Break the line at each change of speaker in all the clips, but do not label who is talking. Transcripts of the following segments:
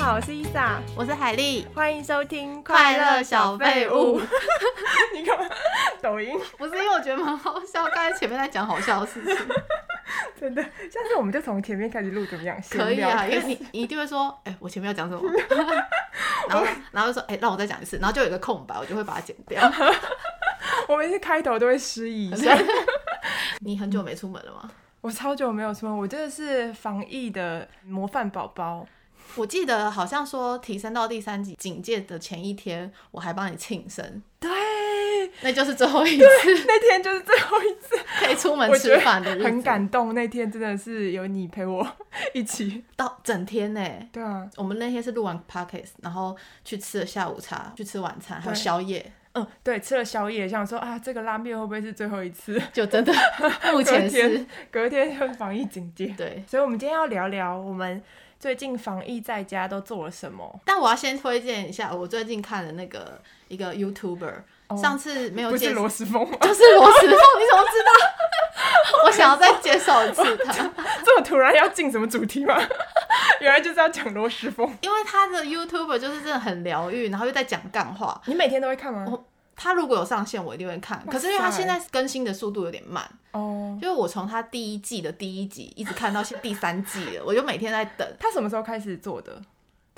Lisa，
我是海丽，
欢迎收听《。
快乐小废物》
你干嘛？抖音
不是因为我觉得蛮好 笑，刚才前面在讲好笑的事情，
真的，下次我们就从前面开始录，怎么样？
可以
闲聊
啊，
开
因
始
为你你一定会说，哎、我前面要讲 什么，然后然后就说，哎、让我再讲一次，然后就有一个空白，我就会把它剪掉。
我每次开头都会失忆一下。
你很久没出门了吗？
我超久没有出门，我真的是防疫的模范宝宝。
我记得好像说提升到第三级警戒的前一天，我还帮你庆生，
对，
那就是最后一次
那天就是最后一次，
可以出门
我觉
吃
得
饭的日子，
很感动。那天真的是有你陪我一起。
到整天呢、
对啊，
我们那天是录完 podcast，然后去吃了下午茶，去吃晚餐，还有
对
宵夜，
嗯，对，吃了宵夜，想说啊，这个拉面会不会是最后一次？
就真 的目前是
隔天就防疫警戒。
对。
所以，我们今天要聊聊我们最近防疫在家都做了什么。
但我要先推荐一下，我最近看的那个一个 YouTuber，、上次没有
哦不
介
是
绍，
螺丝风吗？
就是罗时凤，你怎么知道？我想要再介绍一次他，
这么突然要进什么主题吗？ 原来就是要讲螺丝风。
因为他的 YouTuber 就是真的很疗愈，然后又在讲干话。
你每天都会看吗？
我他如果有上线，我一定会看。
哇
可是因为他
塞
现在更新的速度有点慢，
哦，
就是我从他第一季的第一集一直看到现第三季了，我就每天在等。
他什么时候开始做的？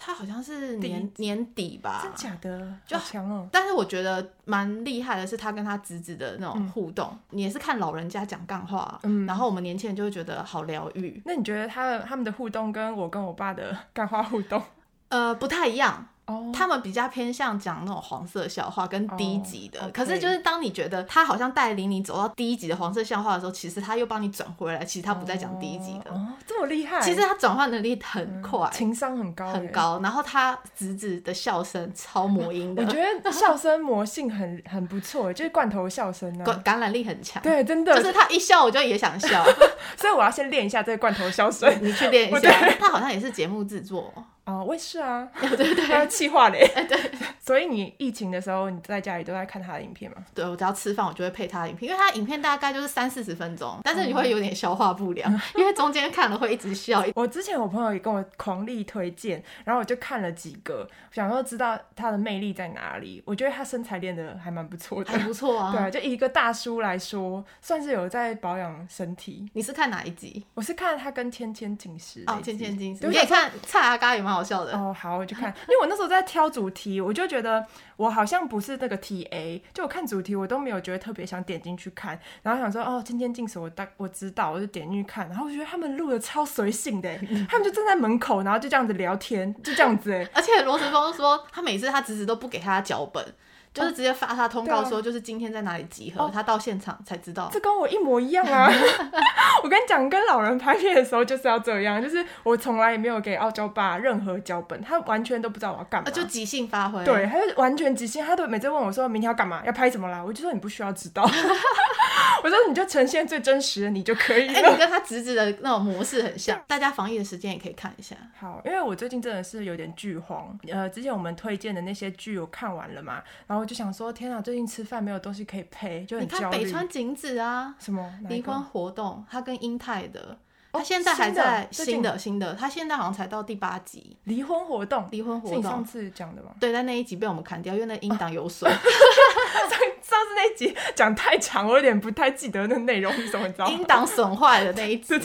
他好像是
第一
年年底吧，
真假的？
就
好强哦。
但是我觉得蛮厉害的是他跟他侄子的那种互动，你也是看老人家讲干话，
嗯
然后我们年轻人就会觉得好疗愈，
那你觉得他的他们的互动跟我跟我爸的干话互动？
呃，不太一样。
哦，
他们比较偏向讲那种黄色笑话跟低级的
哦，OK
可是就是当你觉得他好像带领你走到低级的黄色笑话的时候，其实他又帮你转回来，其实他不再讲低级的，
哦，这么厉害。
其实他转换能力很快，
情商很高，欸
很。高。然后他侄子的笑声超魔音
我
的，
觉得笑声魔性很很不错，欸就是罐头笑声
感
啊。
感染力很强。
对，真的。
就是他一笑我就也想笑，
所以我要先练一下这个罐头笑声。
你去练一
我对
下。他好像也是节目制作，
哦，我也是啊，对对 对，还有气化嘞，对。 所以你疫情的时候，你在家里都在看他的影片吗？
对我只要吃饭我就会配他的影片，因为他的影片大概就是三四十分钟，但是
哦
你会有点消化不良，因为中间看了会一直笑。
我之前我朋友也跟我狂力推荐，然后我就看了几个，想要知道他的魅力在哪里。我觉得他身材练得还蛮不错的
还，不错
对
啊，
啊，就以一个大叔来说，算是有在保养身体。
你是看哪一集？
我是看他跟芊芊进食那
哦
一，集
千千金，
对
你可以看蔡阿嘎也蛮好笑的。
哦，好，我就看，因为我那时候在挑主题，我就觉得我好像不是那个 T A，就我看主题我都没有觉得特别想点进去看，然后想说哦，今天进手我大我知道，我就点进去看，然后我觉得他们录的超随性的，他们就站在门口，然后就这样子聊天，就这样子哎，
而且罗时峰说，他每次他侄子都不给他脚本，就是直接发他通告
哦对啊
说，就是今天在哪里集合，
哦
他到现场才知道。
这跟我一模一样啊！我跟你讲，跟老人拍片的时候就是要这样，就是我从来也没有给傲娇爸任何脚本，他完全都不知道我要干嘛
呃，。就即兴发挥。
对，他就完全即兴，他都每次问我说明天要干嘛，要拍什么啦，我就说你不需要知道， 我说你就呈现最真实的你就可以
哎、
了。
你跟他侄子的那种模式很像，大家防疫的时间也可以看一下。
好，因为我最近真的是有点剧荒，呃，之前我们推荐的那些剧我看完了嘛，然后我就想说，天啊，最近吃饭没有东西可以配，就
你
很
看
焦
北
虑。
川景子啊，
什么哪一
离
个
婚活动，他跟英泰的，
哦
他现在还在
新的最近
新的新的，他现在好像才到第八集
离婚活动？
离婚
是
活
你上
动。
次讲的吗？
对，在那一集被我们砍掉，因为那音 档有损，
上上次那一集讲太长，我有点不太记得那内容是什么，你知道吗？
音档损坏了那一 集。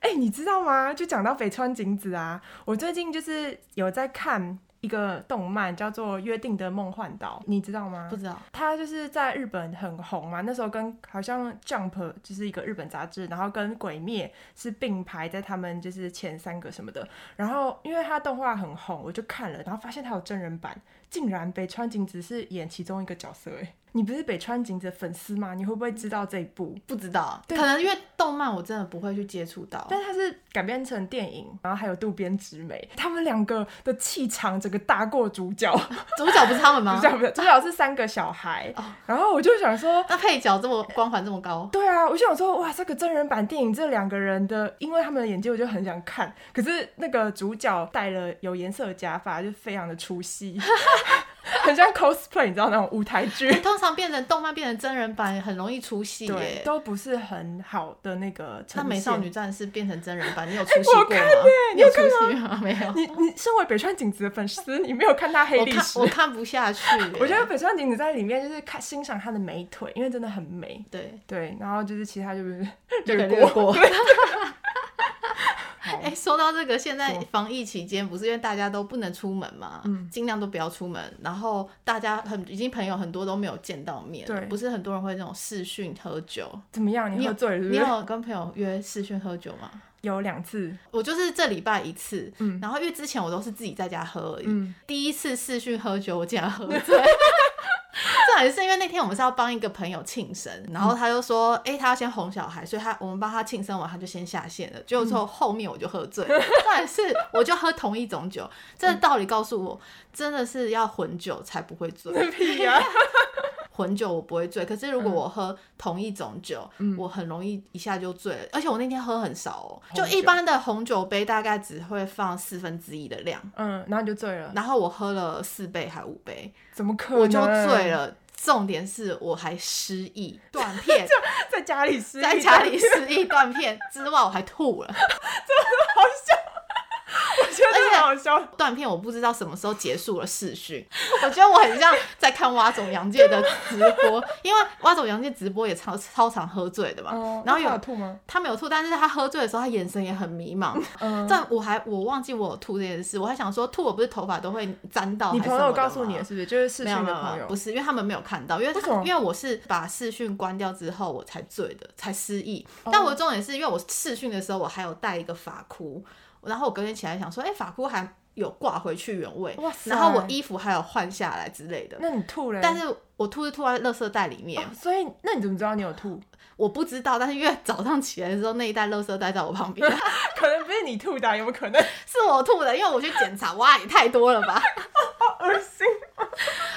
哎、你知道吗？就讲到北川景子啊，我最近就是有在看一个动漫，叫做《约定的梦幻岛》，你知道吗
不？知道，
它就是在日本很红嘛，那时候跟好像 Jump 就是一个日本杂志，然后跟鬼灭是并排在他们就是前三个什么的。然后因为它动画很红，我就看了，然后发现它有真人版，竟然北川景子是演其中一个角色、哎，你不是北川景子的粉丝吗？你会不会知道这一部？
不知道，
对
可能因为动漫我真的不会去接触到。
但它是改编成电影，然后还有渡边直美，他们两个的气场整个大过主角，
主角不是他们
主
吗？
角不是主角是三个小孩
啊哦，
然后我就想说。
那配角这么光环这么高，
对啊，我就想说，哇，这个真人版电影这两个人的，因为他们的演技，我就很想看。可是那个主角戴了有颜色的假发，就非常的出戏， 很像 cosplay，你知道那种舞台剧，
通常变成动漫变成真人版很容易出戏
对，
耶。
都不是很好的那个呈
那
现。哎
美少女，战士变成真人版，你有出戏过吗？
你
有
有
出戏吗？没有，
你你身为北川景子的粉丝，你没有看她黑
我
历
看
史？
我看不下去耶。
我觉得北川景子在里面就是看欣赏她的美腿，因为真的很美。
对，
对，然后就是其他就是
就
略
略过
过。对好
哎、说到这个，现在
说
防疫期间不是因为大家都不能出门嘛，
嗯
尽量都不要出门，然后大家很已经朋友很多都没有见到面了，
对
不是很多人会那种视讯喝酒。
怎么样？你
你
喝醉了是不
你
是？
有跟朋友约视讯喝酒吗？
有两 次，
我就是这礼拜一次，
嗯
然后因为之前我都是自己在家喝而已，
嗯
第一次视讯喝酒，我竟然喝醉。 这还是因为那天我们是要帮一个朋友庆生，然
嗯
后他就说，哎、他要先哄小孩，所以他我们帮他庆生完，他就先下线了。结
嗯
果之后后面我就喝醉了， 这还是我就喝同一种酒。这
嗯
道理告诉我，真的是要混酒才不会醉。
屁呀、
混酒我不会醉，可是如果我喝同一种酒，
嗯
我很容易一下就醉了。而且我那天喝很少哦，
红
就
酒
一般的红酒杯大概只会放四分之一的量，
嗯，然后你就醉了，
然后我喝了四杯还五杯，
怎么可能？
我就醉，了。重点是我还失忆断 片，
在家里失忆，
在家里失忆断片之外，我还吐了。
我觉得很好 笑。嗯
断片我不知道什么时候结束了视讯，我觉得我很像在看蛙总洋介的直播，因为蛙总洋介直播也超超常喝醉的嘛。
嗯，
哦然
那
后
他有
有
吐 吗？
他没有吐，但是他喝醉的时候，他眼神也很迷茫。
嗯，
但我还我忘记我有吐这件事，我还想说吐我不是头发都会沾哦到还
你
是什
朋
么的吗，
友告诉你的是不是？就是视
没
讯
有没
的
有
朋
没
友
有，不是，因为他们没有看到，因为
为什么
他因为我是把视讯关掉之后我才醉的，才失忆。
哦
但我的重点是因为我视讯的时候我还有带一个发箍，然后我隔天起来想说，哎、发箍还有挂回去原位，
哇塞
然后我衣服还有换下来之类的。
那你吐了，
但是我吐是吐在垃圾袋里面，
哦所以那你怎么知道你有吐？
我不知道。但是因为早上起来的时候，那一袋垃圾袋在我旁边，
可能不是你吐的啊，有没有可能？
是我吐的，因为我去检查，哇，也太多了吧！
恶心。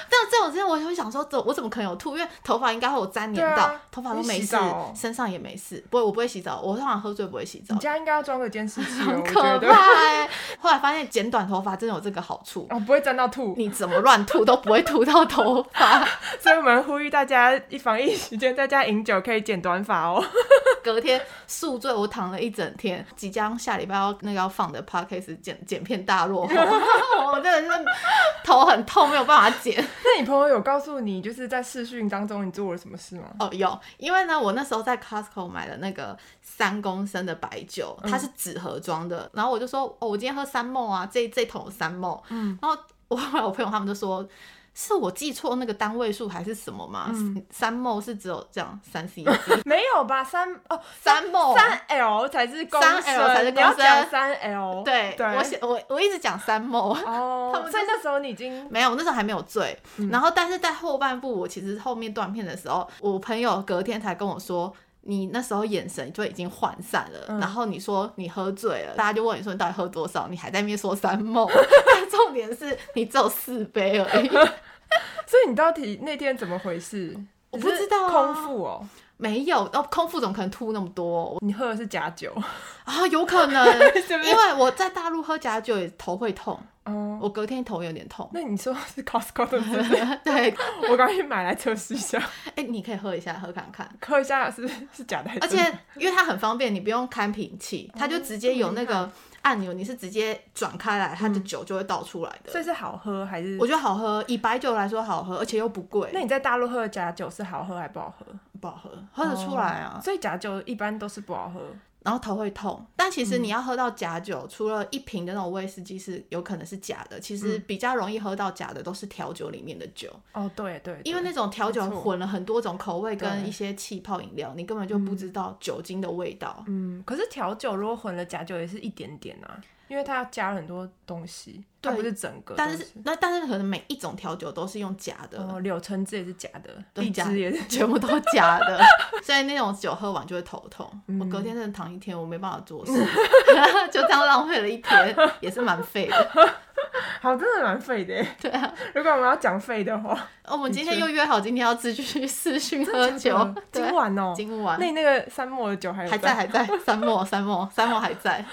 但这种事情我就会想说，怎我怎么可能有吐？因为头发应该会有粘
对
黏
啊
到，头发都
你
没
洗
事，
澡哦
身上也没事。不会，我不会洗澡，我通常喝醉不会洗澡
你，家应该要装个监视器哦，
很
我
可
觉 得。
怕、欸。后来发现剪短头发真的有这个好处。
哦，不会沾到吐，
你怎么乱吐都不会吐到头发，
所以我们呼吁大家，一防疫期间在家饮酒可以剪短发哦。
隔天宿醉，我躺了一整天。即将下礼拜要那个要放的 podcast 剪剪片大落后， 我真的是头很痛，没有办法剪。
那你朋友有告诉你，就是在试训当中你做了什么事吗？
哦，有，因为呢，我那时候在 Costco 买了那个三公升的白酒，
嗯
它是纸盒装的，然后我就说，哦，我今天喝三梦啊，这这桶有三梦，
嗯，
然后我 后来我朋友他们就说。是我记错那个单位数还是什么吗？
嗯
三梦是只有这样三 C，
没有吧？三哦，
三梦
三 L 才是公
三 L 才是
你要
公升啊
讲三 L。
对，
对，
我写我我一直讲三梦，他
哦，
们
所以
就是
那时候你已经
没有，我那时候还没有醉。
嗯
然后，但是在后半部，我其实后面断片的时候，我朋友隔天才跟我说，你那时候眼神就已经涣散了。
嗯
然后你说你喝醉了，大家就问你说你到底喝多少，你还在那边说 三梦。但重点是你只有四杯而已，
所以你到底那天怎么回事？
我
只
不
是
知道啊
空腹哦，
没有。哦，空腹怎么可能吐那么多
你喝的是假 酒，
啊？有可能。
是不
因
是？
为我在大陆喝假酒也头会痛，
哦，。
我隔天头有点痛
那你说是 Costco 的是不是，
对，
我刚去买来测试一下，
哎、你可以喝一下，喝看看。
喝一下是是假的还是
而
真
且
的，
因为它很方便，你不用看瓶器，它
哦
就直接有那个按钮，你是直接转开来，它的酒就会倒出来
嗯所
的。
以是好喝还是
我？觉得好喝，以白酒来说好喝，而且又不贵
那，你在大陆喝的假酒是好喝还不好喝？
不好喝，喝得
哦
出来啊。
所以假酒一般都是不好喝。
然后头会痛，但其
嗯
实你要喝到假酒，除了一瓶的那种威士忌是有可能是假的，其
嗯
实比较容易喝到假的都是调酒里面的酒，
哦，对对，
因为那种调酒
没错
混了很多种口味跟
对
一些气泡饮料，你根本就不知道酒精的味道。
嗯，可是调酒如果混了假酒也是一点点啊，因为它要加了很多东西，它
对
不是整个都，
但是那但是可能每一种调酒都是用假的，
哦，柳橙汁也是假的，
对
荔
假
枝也 是，
全部都假的， 所以那种酒喝完就会头痛。
嗯
我隔天真的 躺一天，我没办法做事，就这样浪费了一天，也是蛮废的。
好，真的蛮废的耶。欸
对啊，
如果我们要讲废的话，
哦我们今天又约好今天要自己去私讯喝
真的假
酒
的，
对 啊
今，晚哦、
今晚
那你那个三漠的酒还有
还在还在，三莫三莫三莫还 在。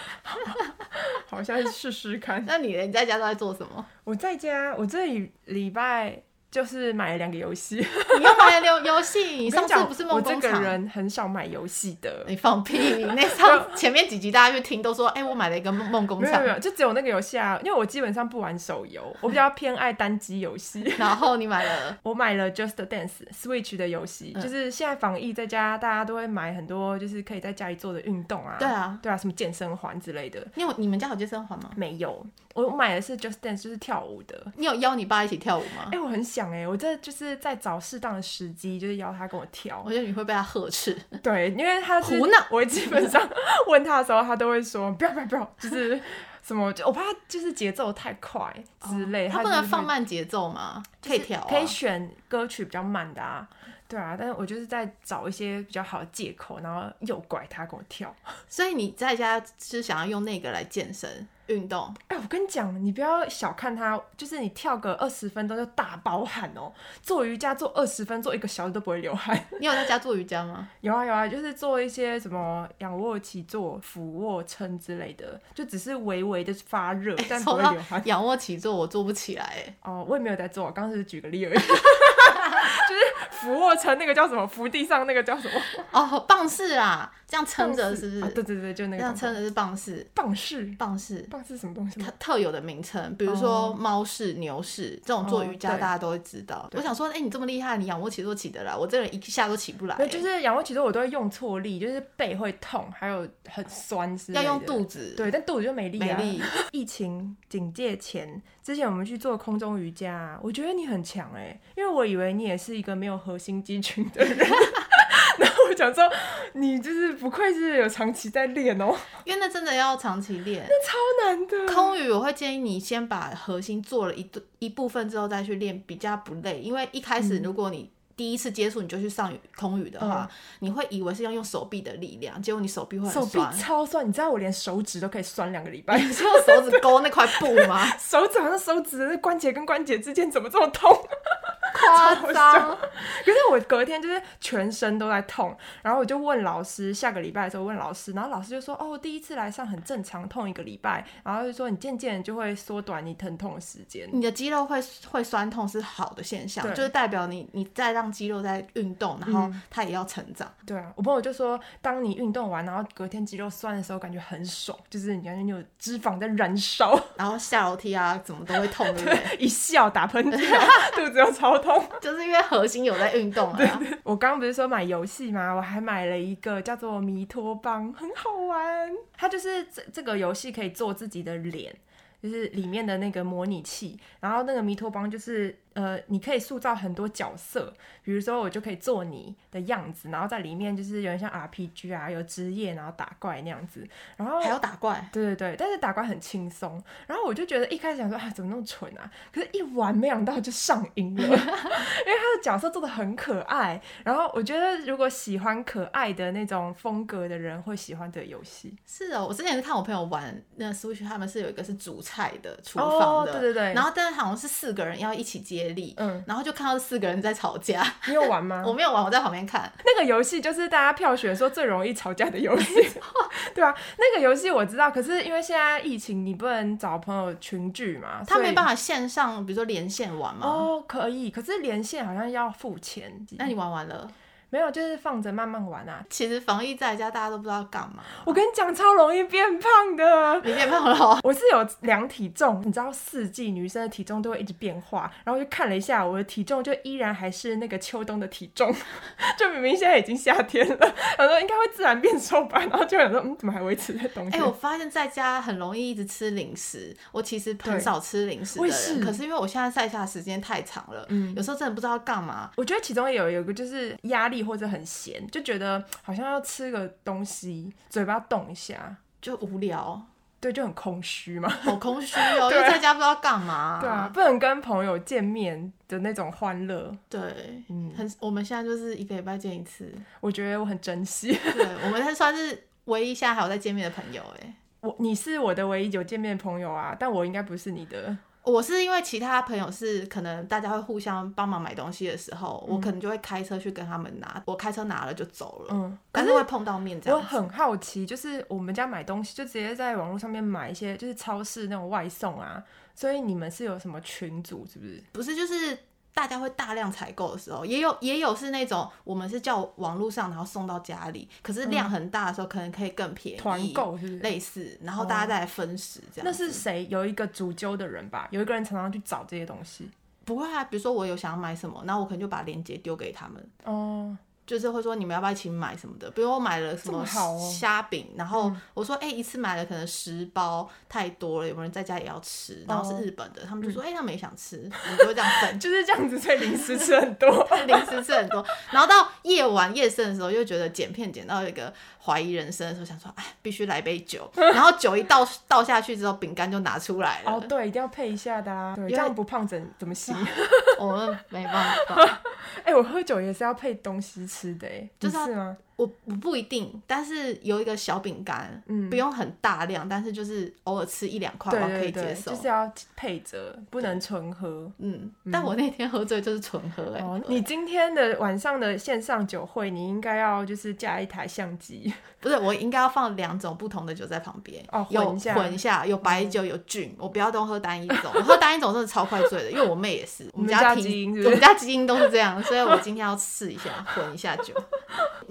好像试试 看。
那你呢你在家都在做什么？
我在家，我这里礼拜就是买了两个游戏。
你又玩了游游戏，你
你
上次不是 梦
我这
工
个
厂？
人很少买游戏的，
你放屁！ 你那上前面几集大家就听都说，哎、我买了一个梦梦工
没有
厂
没，有，就只有那个游戏啊。因为我基本上不玩手 游，我比较偏爱单机游戏。
然后你买了，
我买了 Just Dance Switch 的游戏，
嗯
就是现在防疫在家，大家都会买很多就是可以在家里做的运动啊，
对啊
对啊，什么健身环之类的。
你有你们家有健身环吗？
没有，我买的是 Just Dance，就是跳舞的。
你有邀你爸一起跳舞吗
哎、？我很想哎、我这就是在找适当的时机，就是邀他跟我跳
我。觉得你会被他呵斥。
对，因为他是
胡闹
我基本上 问他的时候，他都会说不要不要不要，就是什么，就我怕就是节奏太快之类，
哦
他
他不能
就是
放慢节奏吗？可以调、啊，
可以选歌曲比较慢的啊。对啊，但是我就是在找一些比较好的借口，然后诱拐他跟我跳。
所以你在家是想要用那个来健身运动？
哎、我跟你讲，你不要小看他，就是你跳个二十分钟就大饱汗哦。做瑜伽做二十分，做一个小时都不会流汗。
你有在家做瑜伽吗？
有啊有啊，就是做一些什么仰卧起坐、俯卧撑之类的，就只是微微的发热，
哎
但不
说
会
到
流汗。
仰卧起坐，我做不起来、哎
哦，我也没有在做，我刚刚只是举个例而已。 就是俯卧撑那个叫什么？伏地上那个叫什么？
哦，棒式啊，这样撑着
棒式
是不是？
啊对对对，就那
这
个
样
叫
撑
什么
着是棒式，
棒式。
棒式。
棒是什么东西？
特特有的名称，比如说猫式、牛式这种做
哦
瑜伽
对
大家都会知道。
对
我想说，哎、你这么厉害，你仰卧起坐起得来，我这人一下都起不来、
对，就是仰卧起坐，我都会用错力，就是背会痛，还有很酸之类
欸要
的。
用肚子，
对，但肚子就没力
美
啊。
丽。
疫情警戒前，之前我们去做空中瑜伽啊、我觉得你很强哎、因为我以为你也是一个没有核心肌群的人。 然后我想说，你就是不愧是有长期在练哦，
因为那真的要长期练。
超难的。
空余我会建议你先把核心做了一度一部分之后再去练，比较不累。因为一开
嗯
始如果你第一次接触你就去上空余的话，你会以为是要用手臂的力量，结果你手臂会
手
很
臂
酸。
超酸，你知道我连手指都可以酸两个礼拜，
你是用手指勾那块布 吗？
手指好像手指的关节跟关节之间怎么这么痛？
夸张！
可是我隔天就是全身都在痛，然后我就问老师，下个礼拜的时候问老师，然后老师就说：“哦，第一次来上很正常，痛一个礼拜。”然后就说你哦渐渐就会缩短你疼痛的时间。
你的肌肉会会酸痛是好的现象，
对嗯
就是代表你你在让肌肉在运动，然后它也要成长。
对啊，我朋友就说，当你运动完，然后隔天肌肉酸的时候，感觉很爽，就是你感觉你有脂肪在燃烧，
然后下楼梯啊，怎么都会痛，对不对？
一笑打喷嚏，肚子又超痛。
就是因为核心有在运动啊。
我刚刚不是说买游戏吗？我还买了一个叫做弥托邦，很好玩。它就是这这个游戏可以做自己的脸，就是里面的那个模拟器。然后那个弥托邦就是呃，你可以塑造很多角色，比如说我就可以做你的样子，然后在里面就是有点像 RPG 啊，有职业，然后打怪那样子。然后
还要打怪，
对对对，但是打怪很轻松，然后我就觉得一开始想说啊，怎么那么蠢啊？可是，一玩没想到就上瘾了，因为 他的角色做的很可爱。然后，我觉得如果喜欢可爱的那种风格的人，会喜欢这个游戏。
是哦，我之前是看我朋友玩那 Switch，他们是有一个是煮菜的厨房
哦
的，
对对对
然后但是好像是四个人要一起接力，
嗯，
然后就看到四个人在吵架，
你有玩吗
我？没有玩，我在旁边看。
那个游戏就是大家票选说最容易吵架的游戏，对啊，那个游戏我知道，可是因为现在疫情，你不能找朋友群聚嘛，
他没办
法。
法线上，比如说连线玩嘛。
哦，可以，可是连线好像要付钱，
那你玩完了，
没有，就是放着慢慢玩啊，
其实防疫在家，大家都不知道干嘛。
我跟你讲，超容易变胖的。
你变胖 了哦，
我是有量体重，你知道四季女生的体重都会一直变化，然后就看了一下我的体重，就依然还是那个秋冬的体重， 就明明现在已经夏天了，然后应该会自然变瘦吧，然后就想说，嗯，怎么还维持在冬
哎、
天？
我发现在家很容易一直吃零食，我其实很
对
少吃零食
我
的
也
人，
是
可是因为我现在在家的时间太长了，
嗯
有时候真的不知道干嘛。
我觉得其中也有有一个就是压力或者很闲，就觉得好像要吃个东西，嘴巴动一下，
就无聊，
对，就很空虚嘛。
好空虚哦， 因
对
为在家不知道干嘛。
对啊，，不能跟朋友见面的那种欢乐，
对，
嗯，
很，我们现在就是一个礼拜见一次，
我觉得我很珍惜。
对，我们还算是唯一现在还有在见面的朋友哎。
我你是我的唯一有见面的朋友啊，但我应该不是你的。
我是因为其他朋友是可能大家会互相帮忙买东西的时候，我可能就会开车去跟他们拿，我开车拿了就走了，
嗯嗯，
但是会碰到面这
我
样子。
很好奇，就是我们家买东西就直接在网络上面买一些，就是超市那种外送啊。所以你们是有什么群组是不是？
不是就是大家会大量采购的时候，也有也有是那种我们是叫网络上然后送到家里，可是量很大的时候可能可以更便宜，
嗯团购是不是？
类似，然后大家再来分食这样。
那是谁？有一个主揪的人吧，有一个人常常去找这些东西。
不会啊，比如说我有想要买什么，然后我可能就把链接丢给他们，
哦，
就是会说你们要不要一起买什么的，比如我买了什
这么
么
好哦。
虾饼，然后我说哎、一次买了可能十包太多了，有没有人在家也要吃？然后是日本的，他们就说哎、他们也想吃，我们就会这样分
就是这样子，所以零食吃很多。
零食吃很多，然后到夜晚夜深的时候，就觉得剪片剪到一个怀疑人生的时候，想说，哎，必须来杯酒。然后酒一倒倒下去之后，饼干就拿出来了。
哦，对，一定要配一下的啊，对，
为
这样不胖怎怎么 行？
我们没办法，
哎、我喝酒也是要配东西吃的、哎，
就是
你
要
是吗？
我我不一定，但是有一个小饼干，
嗯
不用很大量，但是就是偶尔吃一两块，
对
我可
对
以接
对，
受。
就是要配着，不能纯喝。
嗯， 但我那天喝醉就是纯喝、哎、
哦，你今天的晚上的线上酒会，你应该要就是架一台相机，
不是，我应该要放两种不同的酒在旁边，
哦
有
混一下嗯
混一下，有白酒，有菌，我不要都喝单一种，我喝单一种真的超快醉的，因为我妹也是，我
你们
家
家
平
基因是不是
我们家基因都是这样，所以我今天要试一下，混一下酒。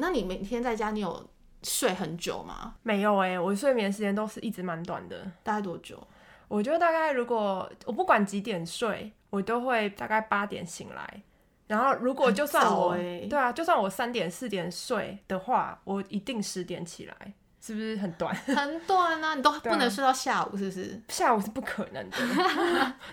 那你每天在家，你有睡很久吗？
没有哎、我睡眠时间都是一直蛮短的。
大概多 久？
我觉得大概如果我不管几点睡，我都会大概八点醒来。然后如果就算我、
很早欸
对啊，就算我三点四点睡的话，我一定十点起来，是不是很短？
很短啊，你都
对啊
不能睡到下午，是不是？
下午是不可 能的，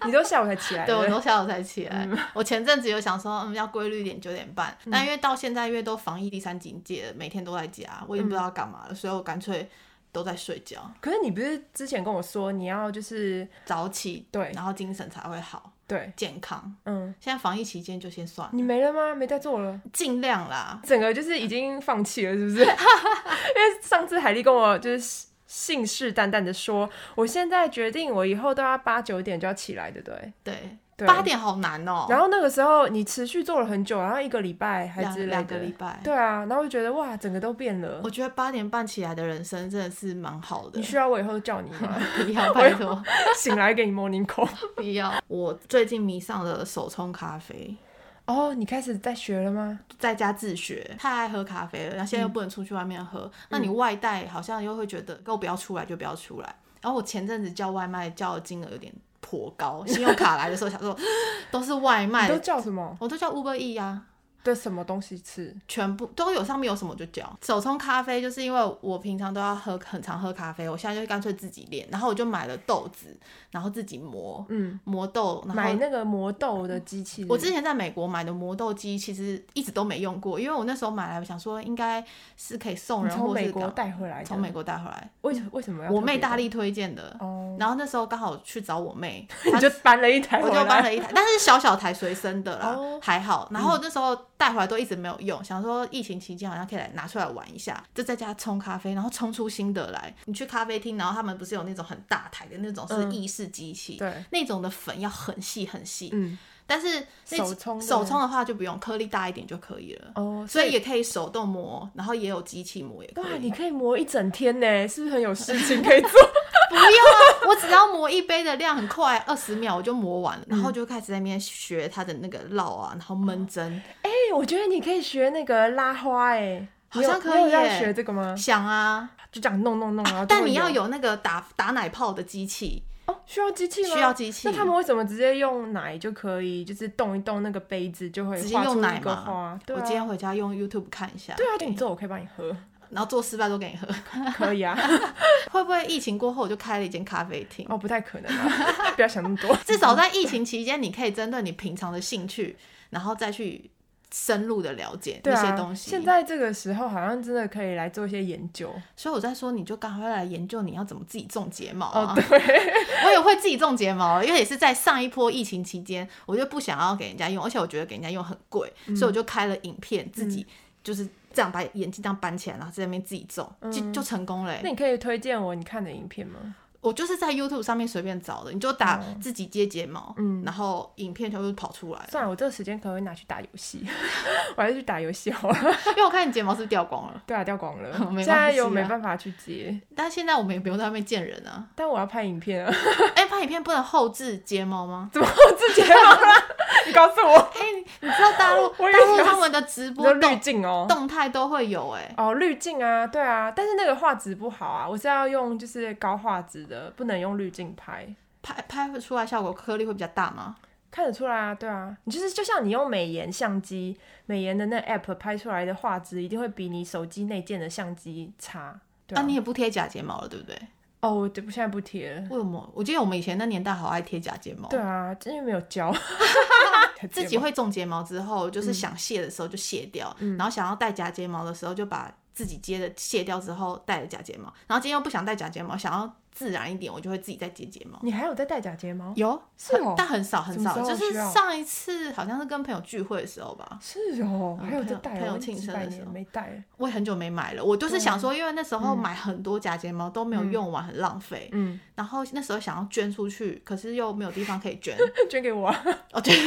你都下午才起来嗯
对，
的
我都下午才起来。我前阵子有想说，嗯，要规律一点，九点半。但
嗯
因为到现在，因为都防疫第三警戒了，每天都在家，我
嗯
已经不知道要干嘛了，所以我干脆都在睡觉，
可是你不是之前跟我说你要就是
早起，
对
然后精神才会好，
对，
健康。
嗯，
现在防疫期间就先算了，
你没了吗？没在做了，
尽量啦。
整个就是已经放弃了，是不 是？因为上次海丽跟我就是信誓旦旦的说，我现在决定我以后都要八九点就要起来的，对。
对，
对
八点好难哦、
然后那个时候你持续做了很久，然后一个礼拜还
两
之类
两个
的
礼，拜。
对啊，然后就觉得哇，整个都变了
我。觉得八点半起来的人生真的是蛮好 的
你。需要我以后叫你吗？
不要，拜托，
醒来给你 morning call。
不要。我最近迷上了手冲咖啡。
哦，你开始在学了吗？
在家自学，太爱喝咖啡了，然后
嗯
现在又不能出去外面喝，那你外带好像又会觉得，跟我不要出来就不要出来。然后我前阵子叫外卖叫的金额有点颇高， 信用卡来的时候想说 都是外
你
卖
都，叫什么？
我都叫 Uber E 啊，
对，什么东西吃？
全部都有上面有什么我就叫。手冲咖啡就是因为我平常都要喝很常喝咖啡，我现在就干脆自己练，然后我就买了豆子，然后自己磨
嗯，
磨豆，然后
买那个磨豆的机器是不
我
是。
之前在美国买的磨豆机，其实一直都没用过，因为我那时候买来，我想说应该是可以送
你
人
从
或
美
是
国
干嘛
带回来的，
从美国带回来。
为什为什么要？
我妹大，力推荐的，
哦
然后那时候刚好去找我妹，
你就搬了一台
我
回
就
来，
搬了一台，但是小小台随身的啦，
哦
还好。然后那时候带回来都一直没有用，想说疫情期间好像可以来拿出来玩一下，就在家冲咖啡，然后冲出新的来。你去咖啡厅，然后他们不是有那种很大台的那种是
嗯
意式机器，
对
那种的粉要很细很细，
嗯，
但是那
手冲的
手冲的话就不用，颗粒大一点就可以了。
哦，
所以也可以手动磨，然后也有机器磨也可
哇，
以。
你可以磨一整天呢，是不是很有事情可以 做？
不用啊，我只要磨一杯的量很快，二十秒我就磨完了，然后就开始在那边学它的那个烙啊，然后焖蒸。
哎，我觉得你可以学那个拉花，哎，
好像
你有
可以
你有要
耶
学这个吗？
想啊，
就这样弄弄弄，然后就
但
会
你要
有
有那个打打奶泡的机器，
哦，需要机器吗？
需要机器
那他们为什么直接用奶就可以，就是动一动那个杯子就会
直接
画出
用奶
一个
嘛
花？对
我
啊
今天回家用 YouTube 看一下。
对啊，你做我可以帮你 喝，
然后做失败都给你喝。
可以啊。
会不会疫情过后我就开了一间咖啡厅？
哦，不太可能啊， 不要想那么多。
至少在疫情期间，你可以针对你平常的兴趣，然后再去深入的了解
对
那
啊，
些东西。
现，在这个时候好像真的可以来做一些研究。
所以我在说，你就赶快来研究你要怎么自己种睫毛
哦，
啊！
对，
我也会自己种睫毛，因为也是在上一波疫情期间，我就不想要给人家用，而且我觉得给人家用很贵，
嗯
所以我就开了影片，自己就是这样把
嗯
眼睛这样搬起来，然后在那边自己种，就就成功了欸、
那你可以推荐我你看的影片吗？
我就是在 YouTube 上面随便找的，你就打
嗯
自己接睫毛，
嗯
然后影片全部跑出来了。
算了，我这个时间可能会拿去打游戏， 我还是去打游戏好 了。
因为我看你睫毛是不是掉光 了，
对啊，掉光了，
没关系
现
啊
在又没办法去接，
但现在我们也不用在外面见人啊。
但我要拍影片啊，
哎、拍影片不能后置睫毛吗？
怎么我自己好 了？你告诉我，
哎、你你知道大陆
我以为
大陆
是
他们的直
你
播
说滤
动
镜哦。
动态都会有哎、
哦，滤镜啊，对啊，但是那个画质不好啊，我是要用就是高画质的，不能用滤镜拍，
拍拍出来效果颗粒会比较大吗？
看得出来啊，对啊，你就是就像你用美颜相机，美颜的那 app 拍出来的画质一定会比你手机内建的相机差，对
啊，
啊，
你也不贴假睫毛了，对不对？
哦，我对不现在不贴 了，
为什么？我记得我们以前那年代好爱贴假睫毛，
对啊，因为没有胶，
哦自己会种睫毛之后，
嗯
就是想卸的时候就卸掉，然后想要戴假睫毛的时候就把自己接的卸掉之后戴了假睫毛，然后今天又不想戴假睫毛，想要自然一点，我就会自己再接睫毛。
你还有在戴假睫 毛？
有，
是哦
很但很少很
什
少，
么时
就
候
是
需要
上一次好像是跟朋友聚会的时候吧，
是哦，
嗯
还有
朋
在
友
戴哦，
朋友
我
庆
几
生
百
的时
年
候
没戴，
我也很久没买了。我
啊
就是想说，因为那时候买很多假睫毛都没有用完，很浪费。
嗯，
然后那时候想要捐出去，可是又没有地方可以 捐。
捐给我啊。
哦，对，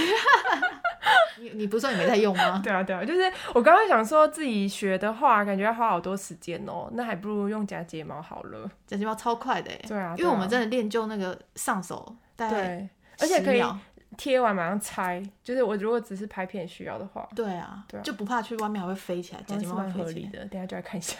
你你不是说你没在用吗？
对啊，对啊，就是我刚刚想说自己学的话，感觉要花好多时间哦，那还不如用假睫毛好了。
假睫毛超快的耶，欸
对啊，
哎因
对
为
啊
我们真的练就那个上手，大概
对，而且可以
10秒
贴完马上拆，就是我如果只是拍片需要的话，
对啊，
对啊
就不怕去外面还会飞起来，
好
假
像
睫
是
毛
蛮
会
合
飞起
理
来。
的。等一下就来看一 下，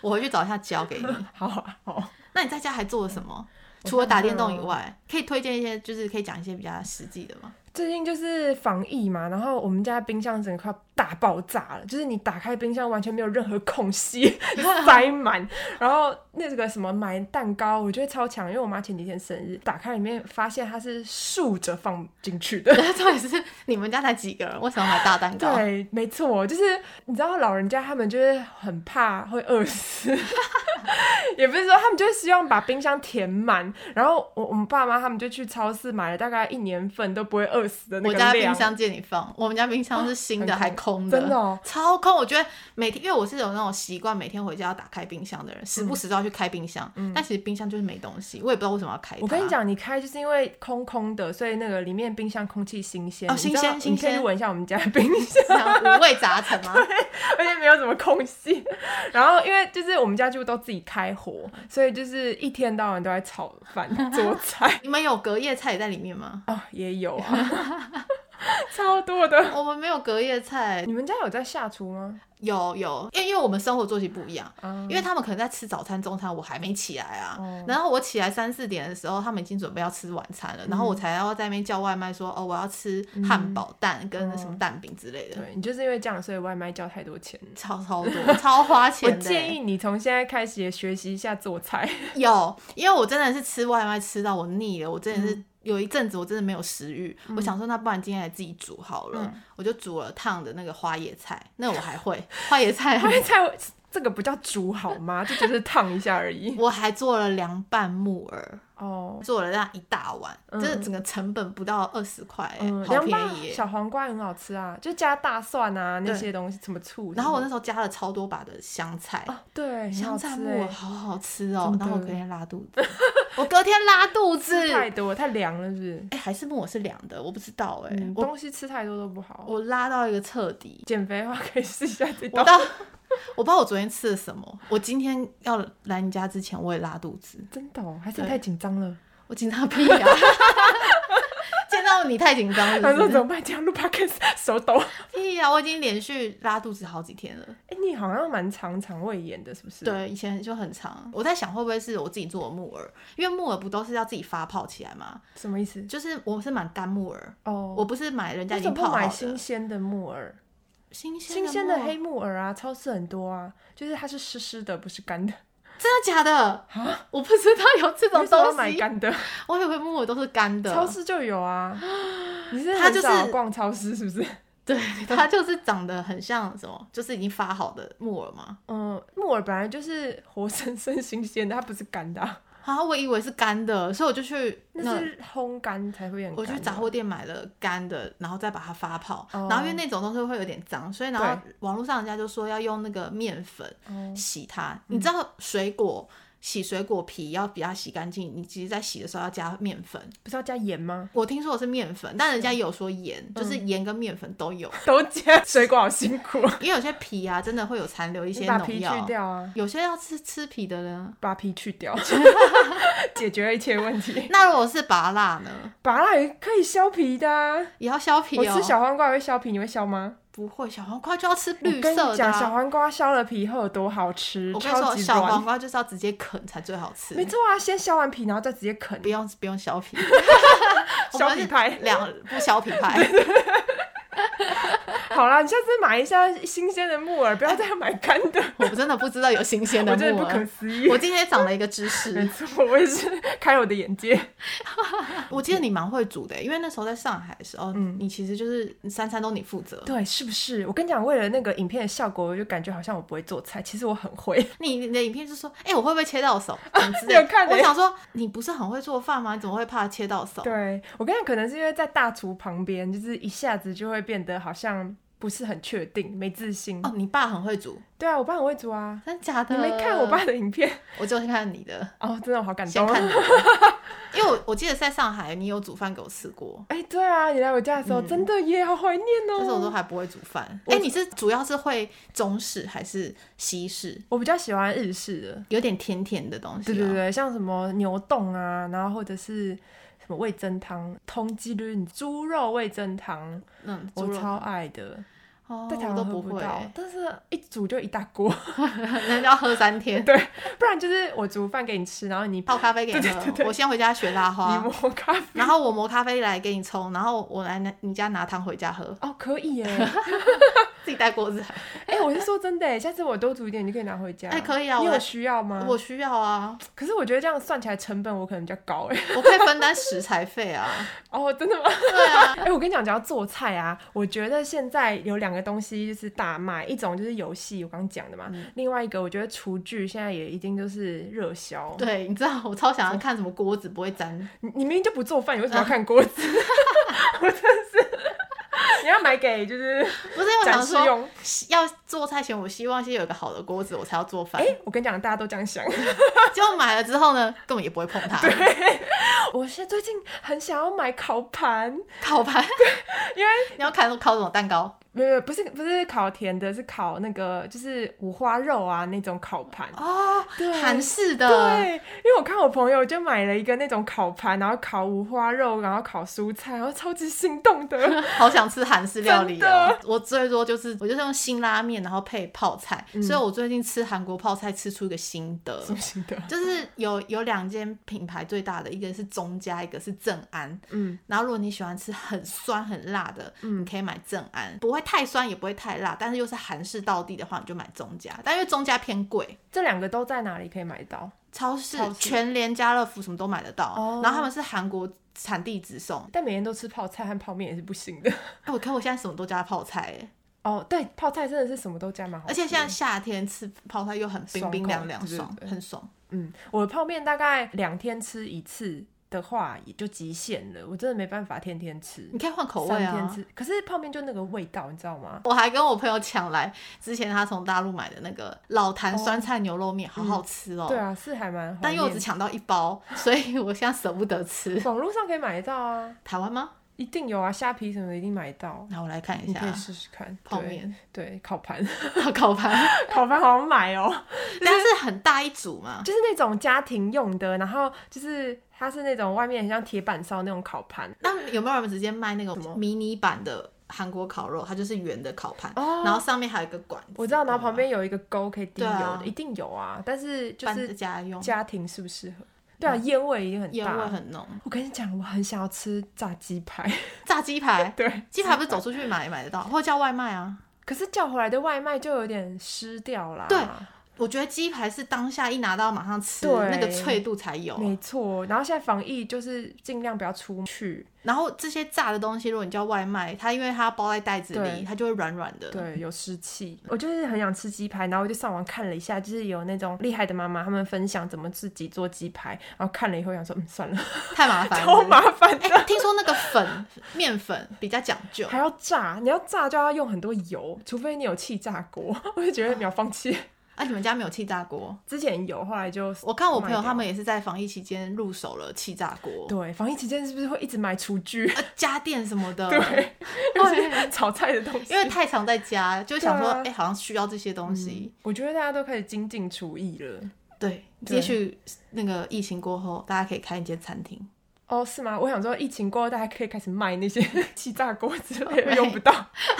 我回去找一下胶给你。
好啊，好啊。
那你在家还做了什么？
我
除了打
看
电
看
动以
哦
外，可以推荐一些，就是可以讲一些比较实际的 吗？
最近就是防疫嘛，然后我们家冰箱整个快大爆炸了，就是你打开冰箱完全没有任何空隙， 塞满。然后那个什么买蛋糕，我觉得超强，因为我妈前几天生日，打开里面发现它是竖着放进去的。
重点是你们家才几个人，为什么买大蛋糕？
对，没错，就是你知道老人家他们就是很怕会饿死， 也不是说他们就希望把冰箱填满，然后我我们爸妈他们就去超市买了大概一年份都不会饿死的那
我
个
家
量。
冰箱借你放，我们家冰箱是新的
很空
还空的，
真的哦
超空。我觉得每天，因为我是有那种习惯，每天回家要打开冰箱的人，时不时都要去开冰箱。但其实冰箱就是没东西，嗯我也不知道为什么要开它。
我跟你， 讲，你开就是因为空空的，所以那个里面冰箱空气新鲜
哦
你知
新鲜
道你
新鲜
可以去闻一下我们家的冰箱，
五味杂陈吗？
而且没有什么空隙。然后因为就是我们家几乎都自己开火，所以就是一天到晚都在炒 饭做菜
你们有隔夜菜也在里面吗？
哦，也有啊， 超多的。
我们没有隔夜菜，
你们家有在下厨吗？
有有，因为因为我们生活作息不一样，
啊
因为他们可能在吃早餐、中餐，我还没起来啊。
哦
然后我起来三四点的时候，他们已经准备要吃晚餐了，然
嗯
后我才要在那边叫外卖说，哦，我要吃汉堡蛋跟什么蛋饼之类的，
哦对你就是因为这样，所以外卖叫太多钱。
超超多，超花
我
钱的欸。
建议你从现在开始也学习一下做菜。
有，因为我真的是吃外卖吃到我腻了，我真
嗯
的是。有一阵子我真的没有食欲，我想说那不然今天来自己煮好了，
嗯
我就煮了烫的那个花椰菜，那我还会花 椰菜
因为菜这个不叫煮好吗？这只是烫一下而已。
我还做了凉拌木耳，
哦，
做了那一大碗，
嗯
这整个成本不到二十块欸，
嗯，
好
凉
便
拌
宜耶。
小黄瓜很好吃啊，就加大蒜啊那
对
些东西，什么醋什么的。
然后我那时候加了超多把的香菜，
啊，对，
香菜木耳
我
好好吃哦、
欸真的
然后我隔天拉肚子， 我隔天拉肚子，
太
哎、
多太凉了，是不是？
还是木耳是凉的，我不知道哎、
嗯，
我
东西吃太多都不好。
我拉到一个彻底，
减肥的话可以试一下这
我
道。
到 我不知道我昨天吃了什么，我今天要来你家之前我也拉肚子，
真的、哦，还是
对
你太紧张了。
我紧张屁 呀、见到你太紧张了
他
是
说怎
不是，
么办？这样录 podcast 手抖。
屁呀、我已经连续拉肚子好几天了。
哎、你好像蛮常肠胃炎的，是不是？，
对，以前就很长。我在想会不会是我自己做的木耳，因为木耳不都是要自己发泡起来吗？
什么意思？
就是我是买干木耳，
哦，
我不是买人家
为
已
什
经
么
泡
不
好
买
的。
新鲜的木耳？
新鲜
新鲜的
木耳
黑，木耳啊，超市很多啊，就是它是湿湿的，不是干的。
真的假的？我不知道有这 种
为什么要
东
买
西。
干的？
我以为木耳都是干的，
超市就有 啊。你是
它
很
就是
少逛超市是不是？
对，它就是长得很像什么，就是已经发好的木耳嘛。
嗯，木耳本来就是活生生新鲜的，它不是干的、啊，
啊，我以为是干的，所以我就去
那是烘干才会很
我
干的。
去杂货店买了干的，然后再把它发泡。
哦
然后因为那种东西会有点脏，所以然后网络上人家就说要用那个面粉
哦
洗它。你知道水果洗水果皮要比它洗干净，你其实在洗的时候要加面粉。
不是要加盐吗？
我听说的是面粉，但人家有说盐，就是
嗯
盐跟面粉都有，
都加水果好辛苦，
因为有些皮啊真的会有残留一些
把
农
皮去
药，
掉啊，
有些要吃吃皮的呢。
把皮去掉， 解决了一切问题。
那如果是拔蜡呢，
拔蜡也可以削皮的啊、
也要削皮
我
哦。
吃小黄瓜会削皮，你会削吗？
不会，小黄瓜就要吃
我
绿
跟
色
你
的、
讲，小
啊。
黄瓜削了皮后有多好吃，
我跟你
超
说，
级
小黄
软。
瓜就是要直接啃才最好吃，
没错啊，先削完皮，然后再直接啃
不。用不用削 皮，我
削
们
皮
是
派
两不削皮派。
好啦，你下次买一下新鲜的木耳，不要再买干的。
我真的不知道有新鲜的
我真的
木
不可
耳。
思议
我。今天长了一个知
没
识，
错，我也是开我的眼界。
我记得你蛮会煮的，欸因为那时候在上海的时候，
嗯
你其实就是三餐都你负责。
对，是不是？我跟你讲，为了那个影片的效果，我就感觉好像我不会做菜，其实我很 会。
你你的影片就说，哎、我会不会切到手？怎么之
你有
类的
看欸
我想说，你不是很会做饭吗？你怎么会怕切到手？
对啊我跟你讲，可能是因为在大厨旁边，就是一下子就会变得好像不是很确定，没自信。
哦，你爸很会煮，
对啊，我爸很会煮啊。
真假的？
你没看我爸，的影片
我就是看你的，
哦，真的我好感
先
动。
看你的， 因为我我记得在上海，你有煮饭给我吃过，
哎、对啊，你来我家的时候，真的耶，好怀念哦。
但是我都还不会煮饭。
我
哎、你是主要是会中式还是西式？
我比较喜欢日式的，
有点甜甜的东西、
对
哦
对，对，像什么牛冻啊，然后或者是什么味噌汤、通鸡绿猪肉味噌汤，
嗯，
我
猪肉
超爱的，
哦，
在台
我
湾
都
喝
不
不欸
会，
到，
欸
但是一煮就一大锅，
那要喝三天，
不然就是我煮饭给你吃，然后你
泡咖啡给你
对对对对
喝。我先回家学拉
你
花，
磨咖啡。
然后我磨咖啡来给你冲，然后我来拿你家拿汤回家喝，
哦，可以 耶！
自己带锅子来。
哎、我是说真的耶，下次我多煮一点，你就可以拿回家。
哎可以啊
你
我
有
来
需要吗？
我需要啊，
可是我觉得这样算起来成本我可能比较高哎。
我可以分担食材费啊。
哦，真的吗？
对啊，
哎、我跟你讲，讲到做菜啊，我觉得现在有两个东西就是大卖，一种就是游戏，我刚刚讲的嘛，
嗯
另外一个我觉得厨具现在也一定就是热销。
对，你知道我超想要看什么锅子不会粘，
你你明明就不做饭，你为什么要看锅 子？我真是，你要买给就是
不是因为我
展
想
示
说
用。
要做菜前，我希望先有一个好的锅子，我才要做饭
哎、。我跟你讲，大家都这样 想。
结果买了之后呢，根本也不会碰它。
我是最近很想要买烤盘，
烤盘，
因为
你要看烤什么蛋糕？
没有没有不是不是烤甜的，是烤那个就是五花肉啊那种烤盘。
哦，
对
韩式的。
对，因为我看我朋友就买了一个那种烤盘，然后烤五花肉，然后烤蔬菜，然后超级心动 的。
好想吃韩式料理
真
哦
的！
我最多就是我就是用辛拉面，然后配泡菜，
嗯
所以我最近吃韩国泡菜吃出一个心得。
什么心得？
就是有有两间品牌最大的，一个是中家，一个是正安。
嗯，
然后如果你喜欢吃很酸很辣的，你可以买正安，不会太酸也不会太辣，但是又是韩式到底的话，你就买中家。但因为中家偏贵，
这两个都在哪里可以买到？
超市、
超市
全联、家乐福什么都买得到。
哦
然后他们是韩国产地直送。
但每天都吃泡菜和泡面也是不行的。
哎，我可我现在什么都加泡菜、哎。
哦，对，泡菜真的是什么都加蛮好吃
而
的。
且现在夏天吃泡菜又很冰
爽
冰
口
凉凉
对对
爽，
对
很爽。
嗯，我的泡面大概两天吃一次的话，也就极限了。我真的没办法天天吃
你，可以换口味
三天
啊！
吃。可是泡面就那个味道，你知道吗？
我还跟我朋友抢来之前他从大陆买的那个老坛酸菜牛肉面，好好吃哦。
对啊，是还蛮怀
但因为我只
念。
抢到一包， 所以我现在舍不 得吃。
网络上可以买得到啊，
台湾吗？
一定有啊，虾皮什么的一定买得到。
那我来看一
你
下啊
可以试试看
泡
对
面
对，烤盘，
烤盘，
烤盘好像买哦，
但是很大一组嘛。
就是那种家庭用的，然后就是它是那种外面很像铁板烧那种烤盘，
那有没有人直接卖那个
什么
迷你版的韩国烤肉？它就是圆的烤盘，
哦
然后上面还有一个管子。嗯
我知道，然后
对
旁
吗
边有一个钩可以滴油
对
的
啊，
一定有啊，但是就
拌
是
家用，
家庭适不适合？对啊，烟味已经很
烟味
大。
很浓。
我跟你讲，我很想要吃炸鸡排，
炸鸡排，
对，
鸡排不是走出去买也买得到，或者叫外卖啊。
可是叫回来的外卖就有点湿掉啦。
对我觉得鸡排是当下一拿到马上吃，
对
那个脆度才有。
没错。然后现在防疫就是尽量不要出去，
然后这些炸的东西，如果你叫外卖，它因为它包在袋子
对
里，它就会软软的。
对，有湿气。我就是很想吃鸡排，然后我就上网看了一下，就是有那种厉害的妈妈，她们分享怎么自己做鸡排，然后看了以后想说，嗯，算了，
太麻 烦
超
了。
麻烦的，
哎、听说那个粉面粉比较讲究，
还 要炸，你要炸就要用很多油，除非你有气炸锅，我就觉得秒放弃。
啊，你们家没有气炸锅？
之前有，后来就
我看我朋友
卖掉
他们也是在防疫期间入手了气炸锅、
Oh 对防疫期间是不是会一直买厨具？
呃家电什么的。
对，就是
哦
炒菜的东西。
因为太常在家，就想说，
对
哎、
啊
好像需要这些东西。
我觉得大家都开始精进厨艺了。
对，
嗯对
也许那个疫情过后，大家可以开一间餐厅。
哦，是吗？我想说，疫情过后，大家可以开始卖那 些气炸锅之类的，
对
用不 到，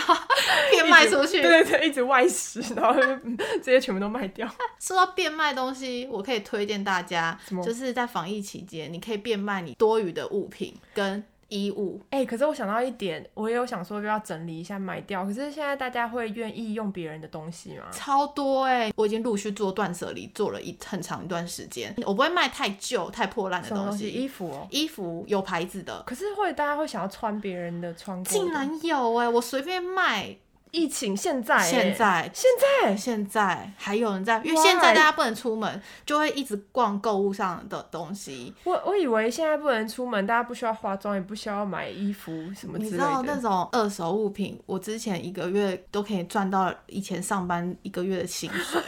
可以哦卖出
一
去
直。对对对，一直外食，然后就嗯这些全部都卖掉。
说到变卖东西，我可以推荐大家
什么，
就是在防疫期间，你可以变卖你多余的物品跟衣物。
哎、可是我想到一点，我也有想说要整理一下买掉。可是现在大家会愿意用别人的东西吗？
超多哎、我已经陆续做断舍离，做了一很长一段时间。我不会卖太旧、太破烂的
什么
东
东西？衣
西，
服哦。
衣服有牌子的，
可是会大家会想要穿别人的穿过的？
竟然有哎、我随便卖。
疫情现在欸、
现在
现在
现在还有人在，因为
Why？
现在大家不能出门，就会一直逛购物上的东西。
我我以为现在不能出门，大家不需要化妆，也不需要买衣服什么之类
你知道那
的。
种二手物品，我之前一个月都可以赚到以前上班一个月的薪 水。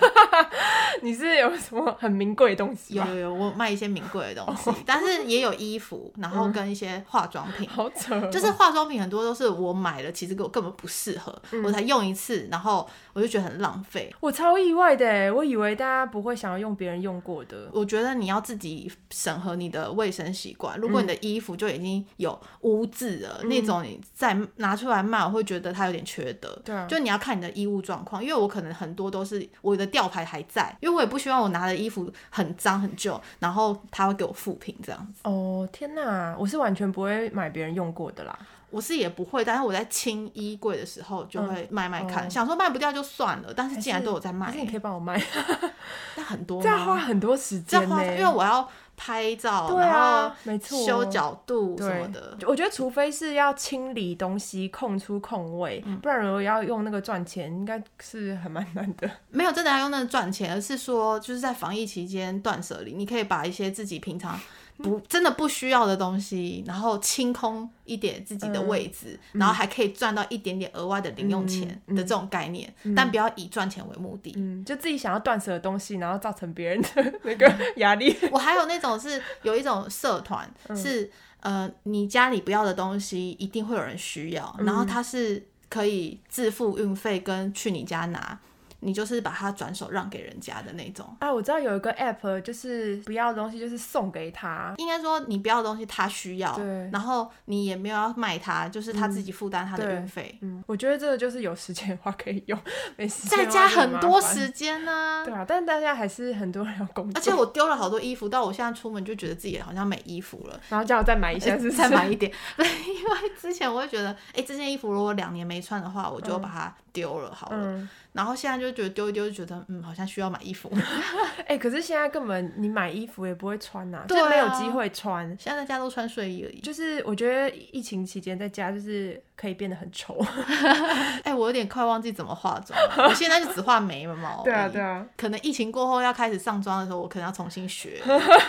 你是有什么很名贵的东西
有
吗？
有有，我卖一些名贵的 东西，但是也有衣服，然
嗯
后跟一些化妆品。
好扯哦、
就是化妆品很多都是我买了，其实我根本不适合，
嗯
我才用一次，然后我就觉得很浪费。
我超意外的欸，我以为大家不会想要用别人用过的。
我觉得你要自己审核你的卫生习惯。如果
嗯
你的衣服就已经有污渍了，那种你再拿出来卖，我会觉得它有点缺德。
对啊
就你要看你的衣物状况，因为我可能很多都是我的吊牌还在，因为我也不希望我拿的衣服很脏很旧，然后他会给我复评这样子。
哦天哪，我是完全不会买别人用过的啦。
我是也不会，但是我在清衣柜的时候就会卖卖看，想说卖不掉就算了，但是竟然都有在卖
嗯哦可是，你可以帮我卖，
但很多
这样花
吗？
很多时
这
间
样花，
呢。
因为我要拍照，
对
然后
啊，没错，
修角度什
对
么的。，
我觉得除非是要清理东西、空出空位，
嗯
不然如果要用那个赚钱，应该是很蛮难的。
没有真的要用那个赚钱，而是说就是在防疫期间断舍离，你可以把一些自己平常不真的不需要的东西，然后清空一点自己的位置，然后还可以赚到一点点额外的零用钱的这种概念，但不要以赚钱为目的。
嗯，就自己想要断舍的东西，然后造成别人的 那个压 力。
我还有那种是有一种社团是呃，你家里不要的东西一定会有人需要，然后它是可以自付运费跟去你家拿，你就是把它转手让给人家的那种。
啊，我知道有一个 app，就是不要的东西就是送给他。
应该说你不要的东西他需要
对，
然后你也没有要卖他，就是他自己负担他的
对
运费，
嗯，我觉得这个就是有时间的话可以用，没时间
在
的话
家
就
很
麻
多
烦。
时间呢、
对啊，但大家还是很多人要工作，
而且我丢了好多衣服，到我现在出门就觉得自己好像没衣服了，
然后叫我再买一 下，是不是
呃再买一点。 对，因为之前我会觉得，哎、这件衣服如果两年没穿的话，我就把它丢了好了。
嗯，
然后现在就觉得丢一丢，就觉得嗯，好像需要买衣服。
哎、可是现在根本你买衣服也不会穿呐、
对
就没有
啊
机会穿。
现在在家都穿睡衣而已。
就是我觉得疫情期间在家就是可以变得很丑。
哎、我有点快忘记怎么化妆 了，我现在就只画眉毛。
啊，
可能疫情过后要开始上妆的时候，我可能要重新学。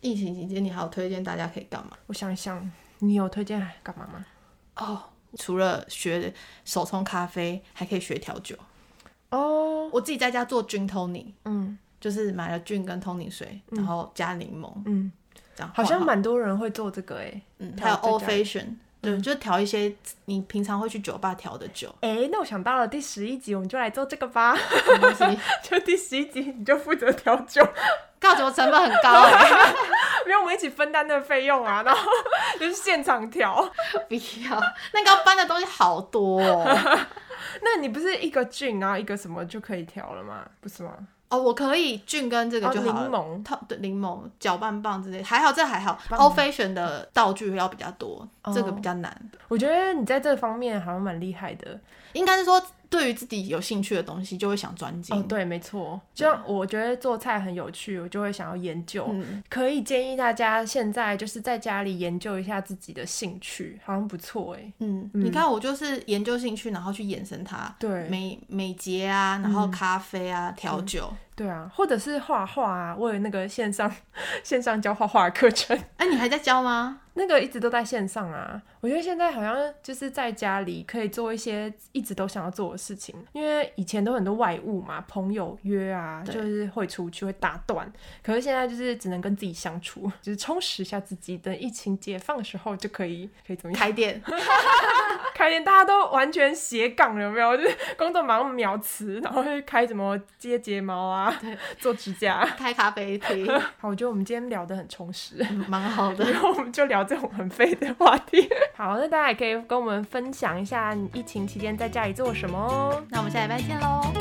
疫情期间，你还有推荐大家可以干嘛？
我想一想，你有推荐干嘛吗？
哦，除了学手冲咖啡，还可以学调酒。
哦，
我自己在家做菌 tonic，
嗯
就是买了菌跟 tonic 水，然后加柠檬，
嗯，
这样
好像
换换
蛮多人会做这个哎、
嗯，
调
还有 old
在家里。
fashion，对，就调一些你平常会去酒吧调的酒
哎、那我想到了第十一集，我们就来做这个吧。
什么东西
就第十一集，你就负责调酒，
告酒成本很高 哎、
因为我们一起分担那个费用啊， 然后就是现场调。
不要，那个要搬的东西好多哦。
那你不是一个菌，然后一个什么就可以调了吗？不是吗？
哦，我可以菌跟这个就好了。
哦柠檬
它对柠檬搅拌棒之类，还好这还好。
棒
Old Fashion 的道具要比较多，
哦
这个比较难。
我觉得你在这方面好像蛮厉害的。
应该是说，对于自己有兴趣的东西，就会想专精。
哦，对，没错，就像我觉得做菜很有趣，我就会想要研究。
嗯
可以建议大家现在就是在家里研究一下自己的兴趣，好像不错哎。
嗯，你看我就是研究兴趣，然后去延伸它。
对嗯
美美睫啊，然后咖啡啊，调酒。
对啊，或 者是画画啊，我有那个线上线上教画画的课程，
哎、你还在教吗？
那个一直都在线上啊，我觉得现在好像就是在家里可以做一些一直都想要做的事情，因为以前都很多外物嘛，朋友约啊，
对
就是会出去会打断，可是现在就是只能跟自己相处，就是充实一下自己，等疫情解放的时候就可以可以怎么样？
开店，
开店大家都完全斜杠了，有没有？就是工作忙秒辞，然后去开什么接睫毛啊，做指甲啊。
开咖啡厅，
好，我觉得我们今天聊得很充实。
嗯蛮好的。
然后我们就聊这种很废的话题。 好， 那大家也可以跟我们分享一下你疫情期间在家里做什么哦。
那我们下礼拜见喽。